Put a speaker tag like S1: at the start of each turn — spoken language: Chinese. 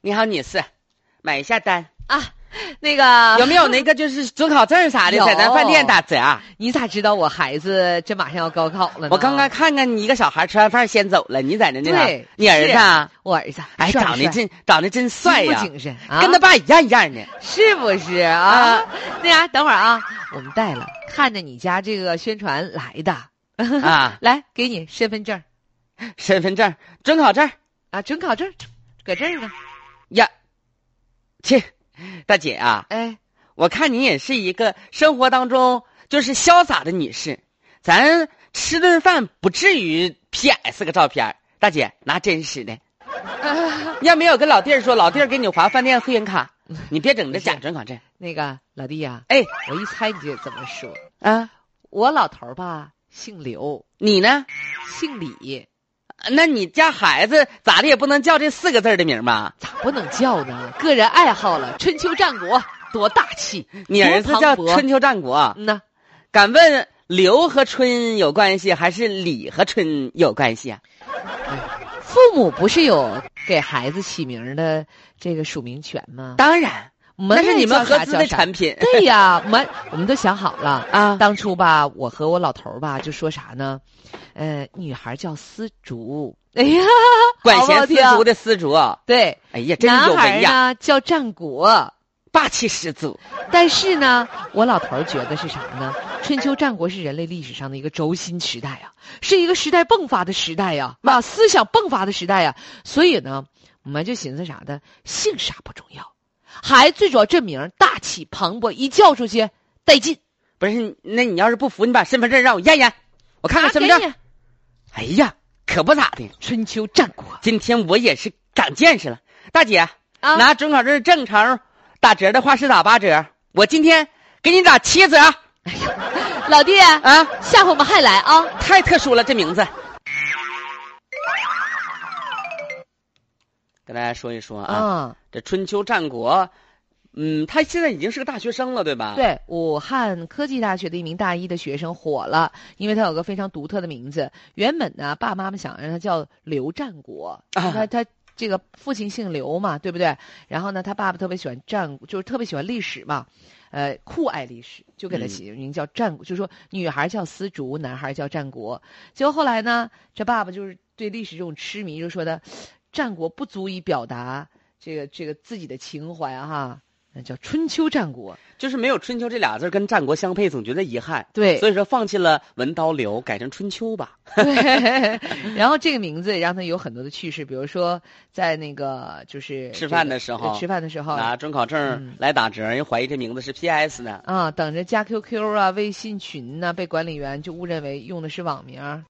S1: 你好，女士，买一下单，
S2: 啊，那个
S1: 有没有那个就是准考证啥 的，
S2: 有
S1: 在咱饭店打折啊？
S2: 你咋知道我孩子这马上要高考了呢？
S1: 我刚刚看看你一个小孩吃完饭先走了，你在那那啥
S2: 对，
S1: 你儿子啊？
S2: 我儿子，
S1: 哎，
S2: 帅不
S1: 长得
S2: 帅
S1: 真长得真帅呀、
S2: 精不精神啊
S1: 跟他爸一样一样的。
S2: 是不是啊？那啥，等会儿啊，我们带了，看着你家这个宣传来的
S1: 啊
S2: 来给你身份证
S1: 身份证、准考证
S2: 啊，准考证，搁这儿呢。
S1: 呀，切，大姐啊，
S2: 哎，
S1: 我看你也是一个生活当中就是潇洒的女士，咱吃顿饭不至于 P S 个照片儿。大姐拿真实的，要没有跟老弟儿说，老弟儿给你划饭店会员 卡，你别整这假准考证。
S2: 那个老弟呀、
S1: 哎
S2: 我一猜你就这么说。
S1: 啊，
S2: 我老头儿吧，姓刘，
S1: 你呢？
S2: 姓李，
S1: 那你家孩子咋的也不能叫这四个字儿的名儿吧？
S2: 咋不能叫呢？个人爱好了，春秋战国多大气！
S1: 你儿子
S2: 多
S1: 叫
S2: 磅礴
S1: 春秋战国，
S2: 嗯呐，
S1: 敢问刘和春有关系还是李和春有关系啊？
S2: 父母不是有给孩子起名儿的这个署名权吗？
S1: 当然，
S2: 我
S1: 那是你们
S2: 爱叫
S1: 合
S2: 啥
S1: 资
S2: 叫
S1: 的
S2: 啥
S1: 产品
S2: 对呀，我们我们都想好了。
S1: 啊。
S2: 当初吧，我和我老头儿吧就说啥呢？呃，女孩叫丝竹，哎呀，
S1: 管
S2: 好不好
S1: 弦
S2: 听啊
S1: 丝竹的丝竹，哎
S2: 对，
S1: 呀，真
S2: 男
S1: 有
S2: 孩
S1: 为呀，
S2: 呢叫战国。
S1: 霸气十足。
S2: 但是呢，我老头儿觉得是啥呢？春秋战国是人类历史上的一个轴心时代啊，是一个时代迸发的时代呀、啊，思想迸发的时代呀、啊所以呢，我们就寻思啥呢？姓啥不重要，还最主要这名儿大气磅礴，一叫出去带劲。
S1: 不是，那你要是不服，你把身份证让我验验，我看看身份
S2: 啊拿给
S1: 证。
S2: 你
S1: 哎呀，可不咋的，
S2: 春秋战国
S1: 今天我也是长见识了，大姐。
S2: 啊，
S1: 拿准考证正常打折的话是打八折，我今天给你打七折
S2: 老弟，
S1: 啊！
S2: 下回我们还来啊。
S1: 太特殊了，这名字。跟大家说一说啊，
S2: 啊，
S1: 这春秋战国，嗯，他现在已经是个大学生了，对吧？。
S2: 对，武汉科技大学的一名大一的学生火了，因为他有个非常独特的名字。原本呢，爸爸妈妈想让他叫刘战国，
S1: 啊
S2: 他他这个父亲姓刘嘛，对不对？然后呢，他爸爸特别喜欢战，就是特别喜欢历史嘛，呃，酷爱历史，就给他起名叫战国，就说女孩叫丝竹，男孩叫战国。结果后来呢，这爸爸就是对历史这种痴迷，就说的，战国不足以表达这个这个自己的情怀啊哈，那叫春秋战国。
S1: 就是没有“春秋”这俩字跟战国相配，总觉得遗憾，
S2: 对，
S1: 所以说放弃了文刀流，改成春秋吧。
S2: 对， 然后这个名字也让他有很多的趣事，比如说在那个就是
S1: 吃
S2: 这
S1: 饭
S2: 个呃
S1: 的时候
S2: 对吃饭的时候
S1: 拿准考证
S2: 嗯
S1: 来打折，人怀疑这名字是 PS 的。
S2: 啊，等着加 QQ 啊、微信群呐、被管理员就误认为用的是网名儿。